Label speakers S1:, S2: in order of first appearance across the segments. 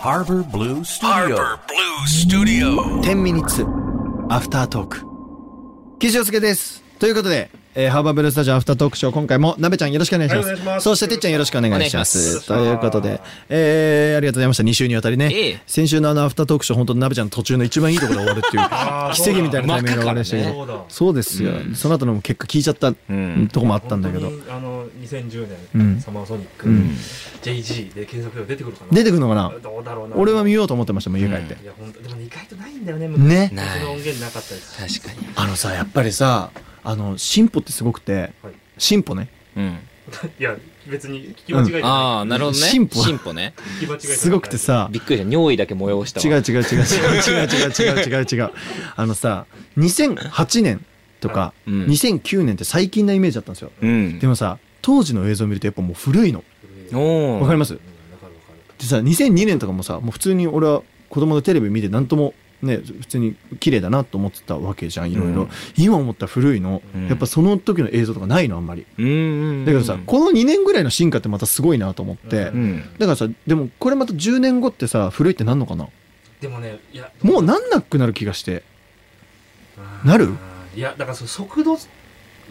S1: Harbor Blue Studio.
S2: Harbor Blue Studio.
S3: 10ミニッツアフタートーク岸洋介ですということで、えー、ハーバーブルースタジオアフタートークショー今回もなべちゃんよろしくお願いします,、
S4: はいお願いします
S3: そしててっちゃんよろしくお願いしますということで、えー、ありがとうございました2週にわたりね、
S5: ええ
S3: 先週のあのアフタートークショー本当になべちゃんの途中の一番いいところで終わるっていう奇跡みたいなタイミングで終わりましたけ
S4: そうだ
S3: どそうですよ、その後の結果聞いちゃった、
S5: ん
S3: とこもあったんだけど
S4: 本当にあの2010
S3: うん
S4: 年サマーソニック、
S3: ん
S4: JG で検索で出てくるかな
S3: 出てくるのかな
S4: どうだろうな
S3: 俺は見ようと思ってましたもん家帰って、
S4: いや本当でもね意外とないんだよね
S3: ね
S4: 昔の音源なかったです
S5: 確かに。
S3: あのさやっぱりさあの進歩ってすごくて
S4: はい
S3: 進歩ね
S5: うん。
S4: いや別に聞き間違いじゃない、
S5: ああ、なるほどね。
S3: 進歩
S5: 進歩ね。
S4: 聞き間違いじゃない
S3: すごくてさ
S5: びっくりした。尿意だけ催した
S3: 違う
S5: わ。
S3: 違う違う違う 違う違う違う違う違うあのさ2008年とか
S5: いうん
S3: 2009年って最近なイメージだったんですよ
S5: うん
S3: でもさ当時の映像を見るとやっぱもう古いの
S4: うんわ
S5: お
S3: わか
S5: ー
S3: ります
S4: かるわかる
S3: でさ2002年とかもさもう普通に俺は子供のテレビ見て何ともね普通に綺麗だなと思ってたわけじゃんいろいろ、
S5: うん
S3: 今思ったら古いの、
S5: うん
S3: やっぱその時の映像とかないのあんまり
S5: うんうん。
S3: だけどさ、この2年ぐらいの進化ってまたすごいなと思って、
S4: う
S5: うん。
S3: だからさでもこれまた10年後ってさ古いってなんのかな
S4: でもねいや
S3: もうなんなくなる気がして
S4: うん
S3: なる
S4: いやだからその速度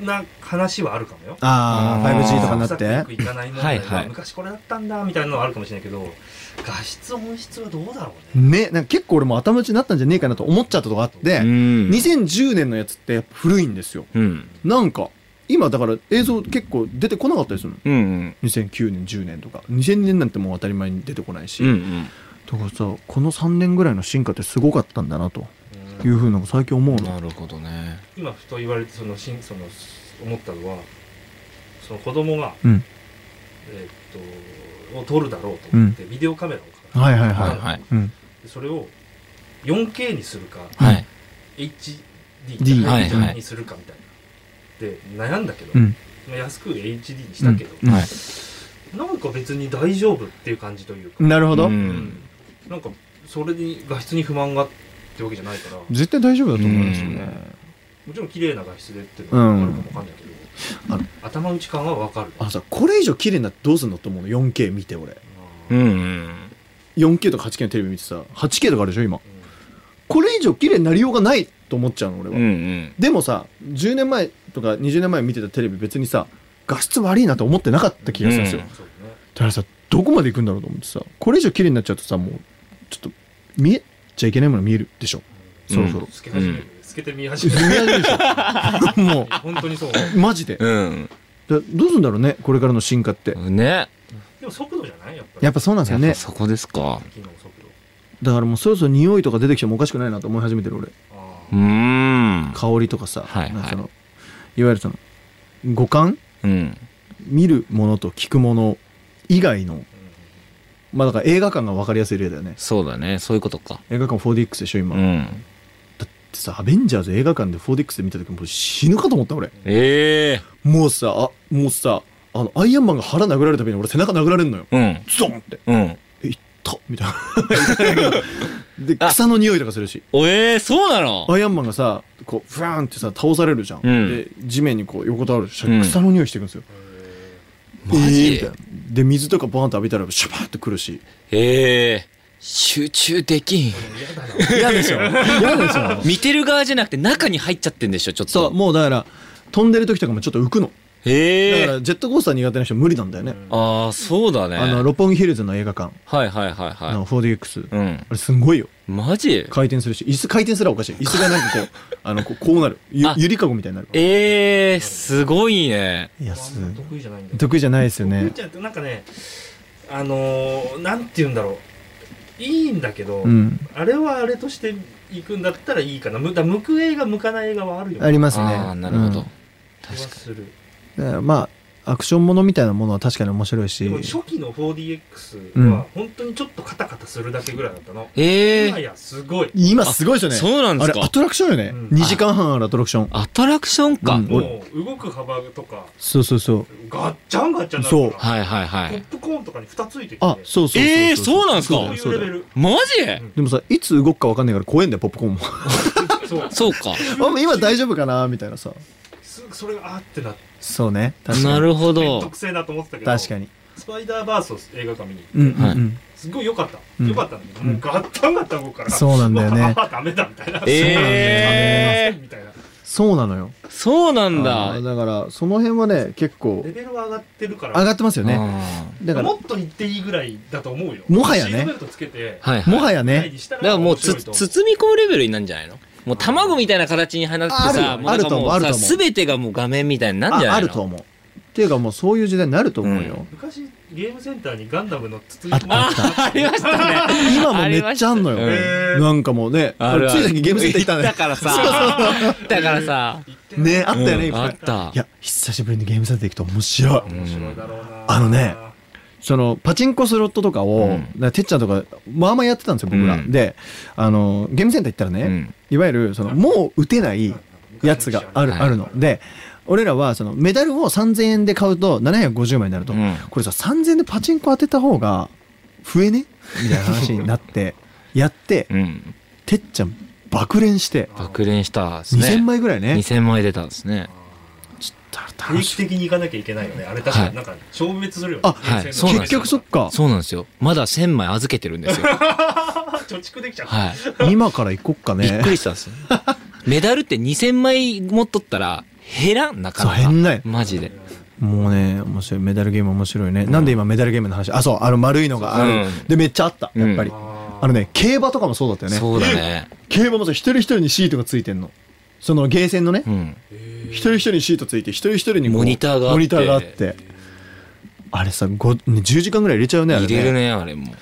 S4: な話はあるかもよ
S3: ああ
S5: あー
S3: 5G とかにな
S4: サ
S3: っ
S4: クサク
S3: て
S4: いかない問題
S5: はいはい
S4: 昔これだったんだみたいなのはあるかもしれないけど画質音質はどうだろうね
S3: ねなんか結構俺も頭打ちになったんじゃねえかなと思っちゃったとこあって、
S5: うん。
S3: 2010年のやつってやっぱ古いんですよ
S5: うん。
S3: なんか今だから映像結構出てこなかったりするの
S5: うんうん。
S3: 2009年10年とか2000年なんてもう当たり前に出てこないし、
S5: うんうん。
S3: だからさこの3年ぐらいの進化ってすごかったんだなと
S4: うん
S3: いうふうなのが最近思うの
S5: なるほどね。
S4: 今ふと言われてそのしんその思ったのはその子供が、
S3: うん
S4: えーっとを撮るだろうと思って、ビデオカメラを買う
S3: はいはいはい、
S5: はいはい。
S3: うん、
S4: でそれを 4K にするか
S5: はい。
S4: HD
S5: はいはい
S4: にするかみたいな、で悩んだけど、
S3: うん
S4: まあ安く HD にしたけど、
S3: うん
S5: はい。
S4: なんか別に大丈夫っていう感じというか、
S3: なるほど、
S5: うん
S4: なんかそれに画質に不満がってわけじゃないからも
S3: 絶対大丈夫だと思いますよね、
S4: ちろん綺麗な画質でっていうのはあるかもわかんないけど、
S3: うんあの
S4: 頭打ち感はわかる
S3: あのさこれ以上綺麗になってどうすんのと思うの 4K 見て俺
S5: う
S4: うん
S5: んうん。
S3: 4K とか 8K のテレビ見てさ 8K とかあるでしょ今これ以上綺麗になりようがないと思っちゃうの俺は、
S5: うんうん。
S3: でもさ10年前とか20年前見てたテレビ別にさ画質悪いなと思ってなかった気がするんですよ、
S5: うん
S4: そうね
S3: だからさどこまで行くんだろうと思ってさこれ以上綺麗になっちゃうとさもうちょっと見えちゃいけないもの見えるでしょ
S5: うん
S3: そろそろ、
S4: 透け始める、透けて見え始
S3: 見
S4: め
S3: え
S4: る
S3: るでし ょも
S4: 本当にそう
S3: うマジでだ
S5: うん。
S3: どうするんだろうねこれからの進化って
S5: ね。
S4: でも速度じゃないやっぱり
S3: やっぱそうなんですよ
S5: や
S3: ね
S5: っぱそこですか。
S4: 機能速度
S3: だからもうそろそろ匂いとか出てきてもおかしくないなと思い始めてる俺
S4: あ
S5: う
S4: あ
S5: ーん。
S3: 香りとかさ、
S5: はい
S3: なんかそのいわゆるその五感
S5: うん。
S3: 見るものと聞くもの以外のまあだから映画館が分かりやすい例だよね
S5: そうだね。そういうことか。
S3: 映画館 4DX でしょ
S5: う
S3: 今、だっ
S5: ん。
S3: てさ「アベンジャーズ」映画館で 4DX で見た時もう死ぬかと思った俺
S5: ええ。
S3: もうさあもうさあのアイアンマンが腹殴られるたびに俺背中殴られるのよ
S5: うん。
S3: ズドンって
S5: うん。
S3: 「えいった」みたいな で草の匂いとかするし
S5: おええ、そうなの
S3: アイアンマンがさこうフラーンってさ倒されるじゃん、
S5: うん
S3: で地面にこう横たわるし
S5: うん
S3: 草の匂いしてくんですよ、
S5: マジ
S3: えーみたいなで水とかバーンと浴びたらシュバーってくるし
S5: ええ。集中できん。
S4: 嫌だ
S3: 嫌
S4: な
S3: でしょ嫌でしょ
S5: 見てる側じゃなくて中に入っちゃってんでしょ、ちょっと。
S3: そうもうだから飛んでる時とかもちょっと浮くのだ
S5: へ
S3: か
S5: え。
S3: らジェットコースター苦手な人無理なんだよね、
S5: ああ、そうだね。
S3: あの六本木ヒルズの映画館
S5: はいはいはいは
S3: の 4DX、
S5: い。うん。
S3: あれすんごいよ
S5: マジ
S3: 回転するし椅子回転すらおか しい椅子がなんかこうあのこうこうなるゆ
S5: あ
S3: ゆりかごみたいになる
S5: ええー、すごいね。
S3: いや
S4: あ
S3: す
S4: んま得意じゃないんだよ
S3: 得意じゃないですよ
S4: ゆう
S3: ね
S4: ちゃんってなんかねあのー、なんて言うんだろういいんだけど、
S3: うん
S4: あれはあれとして行くんだったらいいかなむだ向く映画向かない映画はあるよ
S3: ありますね
S5: ああ、なるほ
S3: う
S5: ど
S3: ん。
S4: 気は
S5: 確か
S4: する
S3: だからまあアクションものみたいなものは確かに面白いし
S4: でも初期の 4DX
S3: うん
S4: は本当にちょっとカタカタするだけぐらいだったの、
S5: に。ええ
S4: 今
S5: ー、
S4: やすごい
S3: 今すごいですよね
S5: そうなんで
S3: あ
S5: す
S3: れア
S5: か。
S3: トラクションよね、
S4: うん
S3: 2時間半あるアトラクション
S5: アトラクションか。
S3: うん俺
S4: もう動く幅とか
S3: そうそうそう
S4: ガッチャンガッチャンになるから
S5: はいはいは
S4: ポ
S5: い
S4: ッ。プコーンとかに蓋ついてきて
S3: あそうそうそう
S5: えーそうなんすか
S3: だ
S4: そう
S3: よ
S4: い
S3: そう
S4: う
S3: だ
S4: レ
S3: よ
S4: ベル
S5: マジ
S3: でもさいつ動くか分かんないから怖いんだよポップコー ンも
S4: そう
S5: そうか。
S3: あ今大丈夫かなみたいなさ
S4: すぐそれがあーってなって
S3: そうね確かに
S5: なるほ
S4: めんど
S5: ど
S4: く。せえなと思ってたけど
S3: 確かに
S4: スパイダーバースを映画館見に行って
S3: うんうんうん
S5: はい
S4: すごい良かった、
S3: うん
S4: 良かったんだけど、
S3: うん
S4: もうガッタンガッタン動くから
S3: そうなんだよね
S4: うわあダメだみたいな
S5: え
S4: みたいな
S3: そうなのよ
S5: ー、そうなんだ
S3: あーだからその辺はね結構
S4: レベルは上がってるから
S3: 上がってますよね
S5: ね
S3: だから
S4: もっと言っていいぐらいだと思うよ
S3: もはやね
S4: シートベルトつけて
S5: はい、はい、
S3: もはや
S4: 会
S3: ね
S4: 議した
S5: だからもうつ
S4: 面白いと思
S5: 包み込むレベルになるんじゃないのもう卵みたいな形に放って
S3: あある
S5: さ、もうなん
S3: あ
S5: か
S3: ると思う
S5: も
S3: あ
S5: う
S3: ると
S5: さ、
S3: 思う
S5: すべてがもう画面みたいになるんじゃ
S3: あ
S5: な
S3: あ
S5: いの
S3: ると思うっていうかもうそういう時代になると思うよ、
S4: 昔ゲームセンターにガンダムの包み
S3: あ
S4: 込
S3: っ
S4: み
S3: たあった
S5: ありましたね。
S3: 今もめっちゃあんのよ、
S5: ありました
S4: ね
S3: うんなんかもうね
S5: あるあ
S3: つ
S5: る
S3: いさっきゲームセンター行ったね
S5: 行からさ、 行ったからさ、
S4: 行って
S3: ねあったよね、
S5: うん
S3: いぱい
S5: あった
S3: い。や久しぶりにゲームセンター行くと面白い
S4: 面白いだろうな
S3: あのねそのパチンコスロットとかを、
S5: うん
S3: なてっちゃんとかまあまあやってたんですよ僕ら、
S5: うん
S3: であのゲームセンター行ったらね、
S5: うん
S3: いわゆるそのもう打てないやつがある,、
S5: はい
S3: あるので俺らはそのメダルを3000円で買うと750枚になると、
S5: うん
S3: これさ3000円でパチンコ当てた方が増えねみたいな話になって やって、
S5: うん。
S3: てっちゃん爆連して
S5: 爆連したですね。
S3: 2000枚ぐらいね
S5: 2000枚出たんですね。
S3: ちょっと
S4: 定
S3: 楽
S4: 期
S3: し
S4: 的に行かなきゃいけないよねあれ確か
S5: は
S4: に
S5: い
S4: なんか消滅するよね
S3: あ
S5: はい
S4: ゲームセンター
S5: そう
S4: の
S3: 結
S5: なんですよ
S3: 局そっか
S5: そうなんですよ。まだ1000枚預けてるん ですよ。
S4: 貯蓄できちゃった
S5: はい。
S3: 今から行こっか
S5: びっ
S3: ね
S5: くりしたん ですよ。メダルって2000枚持っとったら減らんなか
S3: そう
S5: な
S3: 変
S5: か。
S3: んない
S5: マジで。
S3: もうね面白いメダルゲーム面白いね、なんで今メダルゲームの話あそうあの丸いのがある、
S5: うん
S3: でめっちゃあったやっぱり、
S5: う
S3: あのね競馬とかもそうだったよね
S5: そうだね。
S3: 競馬もさ一人一人にシートがついてんのそのゲーセンのね、
S5: うん。
S3: 一人一人にシートついて一人一人にこう
S5: モニターがあって
S3: モニターがあってあれさご10時間ぐらい入れちゃうねあれ
S5: 入
S3: ね
S5: れるね、あれも。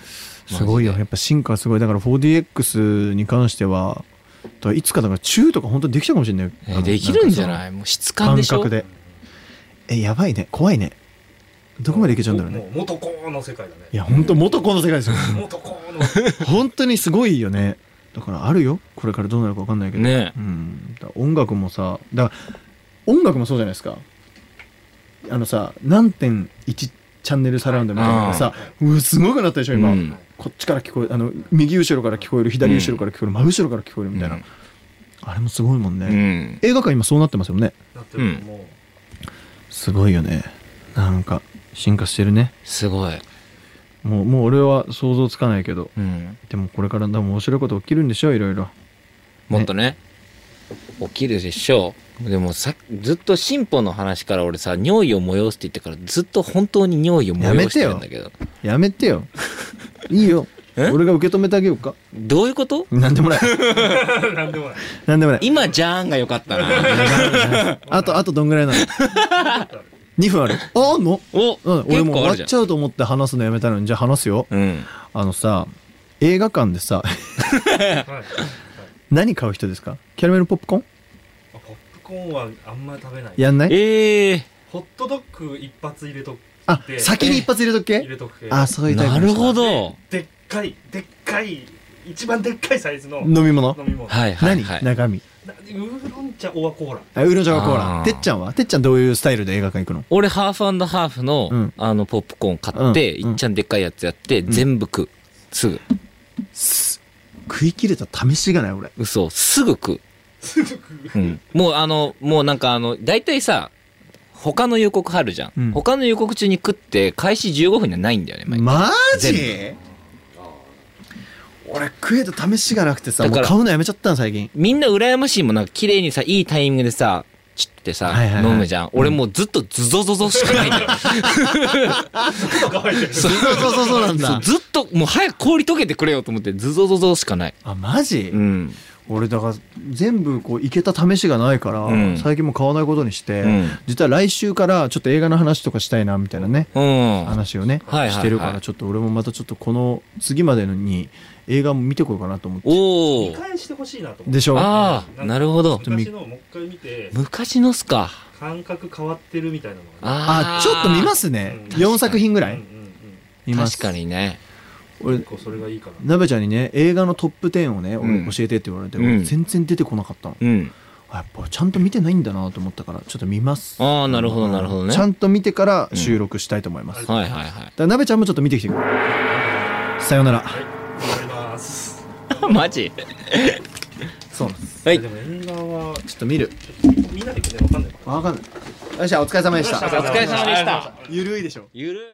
S3: すごいよやっぱ進化はすごいだから 4DX に関してはだからいつかだから中とか本当にできちゃうかもしれないよ
S5: えーできるんじゃ
S3: い
S5: ないもう質感
S3: 感
S5: でしょ
S3: 覚でえやばいね怖いねどこまでいけちゃうんだろうね
S4: もう元子の世界だね
S3: いや本当元子の世界ですよ
S4: 元子の
S3: 本当にすごいよねだからあるよこれからどうなるか分かんないけど
S5: ね
S3: うん、だから音楽もさだから音楽もそうじゃないですかあのさ何点1チャンネルサラウンドみたいなのがさうんすごくなったでしょ今、
S5: うん
S3: こっちから聞こえあの右後ろから聞こえる左後ろから聞こえる、真後ろから聞こえるみたいな、
S5: うん
S3: あれもすごいもんね、
S5: うん。
S3: 映画館今そうなってますよね
S4: なってるともう
S3: すごいよねなんか進化してるね
S5: すごい。
S3: もうもう俺は想像つかないけど
S5: うん。
S3: でもこれから多分面白いこと起きるんでしょういろいろ
S5: もっとね、起きるでしょう。でもさ、ずっと進歩の話から俺さ、尿意を催すって言ってからずっと本当に尿意を
S3: やめ
S5: 催してて
S3: よ
S5: るんだけど。
S3: やめて よいいよ
S5: え
S3: 俺が受け止めてあげようか
S5: どういうこと
S3: なんでもない
S4: なんでもない
S3: なんでもない
S5: 今、じゃーんが良 かったな。
S3: あと、あとどんぐらい なの ?2 分ある。あ、あんの
S5: お
S3: うん、俺
S5: 結
S3: もう
S5: 構
S3: 終
S5: ある
S3: わ
S5: じ
S3: っ
S5: ゃ
S3: ちゃうと思って話すのやめたのに、じゃあ話すよ。
S5: ん。うん。
S3: あのさ、映画館でさ、
S4: はい
S3: 何買う人ですかキャラメルポップコーン
S4: あポップコーンはあんま食べない
S3: やんない
S5: ええ
S4: ホットドッグ一発入れとく
S3: あ、
S4: で
S3: 先に一発入れとく
S4: 入
S3: け
S4: れとく系
S3: あ、そういうタイプ
S5: な
S3: の
S5: る
S3: 人
S5: ほど。
S4: でっかいでっかい一番でっかいサイズの飲
S3: 飲み物
S4: み物
S5: はいはい
S3: 何
S5: はい。
S3: 中身。
S4: なウーロン茶オアコーラ
S3: あウーロン茶がコーラ。
S5: あー
S3: てっちゃんはてっちゃんどういうスタイルで映画館行くの
S5: 俺、ハーフハーフの、
S3: うん
S5: あの、ポップコーン買って、
S3: うん
S5: いっちゃんでっかいやつやって、
S3: ん
S5: 全部食う。すぐ。
S3: 食い切れた試しがない、俺。
S5: 嘘。すぐ食う。
S4: すぐ食う
S5: うん、もうあのもうなんかあの大体さ他の予告あるじゃん、
S3: うん
S5: 他の予告中に食って開始15分にはないんだよね、毎回
S3: マジ
S5: 全
S3: 俺食えた試しがなくてさ、
S5: だ
S3: も
S5: か
S3: う
S5: ら
S3: 買うのやめちゃったの、最近。
S5: みんな羨ましいもんなんか綺麗にさいいタイミングでさチュッてさ、
S3: はいはいはい
S5: 飲むじゃん俺もうずっとズゾゾゾしかないん だよ
S4: ちょっと乾いてる
S3: そうそうそう そうなんだ。
S5: ずっともう早く氷溶けてくれよと思ってズゾゾゾしかない
S3: あ、マジ
S5: うん
S3: 俺だから全部こういけた試しがないから、
S5: うん
S3: 最近も買わないことにして、
S5: うん
S3: 実は来週からちょっと映画の話とかしたいなみたいなね、
S5: うん
S3: 話をね、
S5: はいはいはい
S3: してるからちょっと俺もまたちょっとこの次までのに映画も見てこようかなと思って
S5: お
S4: 見
S5: お
S4: 返してほしいなと思って
S3: でしょ
S5: ああなるほど
S4: 昔のもう一回見て
S5: 昔のっすか
S4: 感覚変わってるみたいなのがね
S5: あ
S3: あ
S5: ー
S3: ちょっと見ますね
S4: うん
S3: 4作品ぐら
S4: うん
S3: い
S4: うんうん
S3: 見ます
S5: 確かにね
S3: 俺
S4: 結構それがいいかな
S3: なべちゃんにね映画のトップ10をね
S5: う
S3: 俺
S5: ん
S3: 教えてって言われて、
S5: うん
S3: 俺全然出てこなかったの、
S5: うん
S3: あやっぱちゃんと見てないんだなと思ったからちょっと見ます
S5: ああなるほどなるほどね
S3: ちゃんと見てから収録したいと思います、
S5: はいはいは
S3: だからなべちゃんもちょっと見てきてくれさよなら
S4: はい頑張ります
S5: いマジ
S3: そうなんです
S5: はい
S4: でも映画は
S3: ちょっと見る
S4: 見ないとねわかんない
S3: わかんないよっしゃお疲れ様でした
S5: お疲れ様でした
S3: ゆるいでしょ
S5: ゆる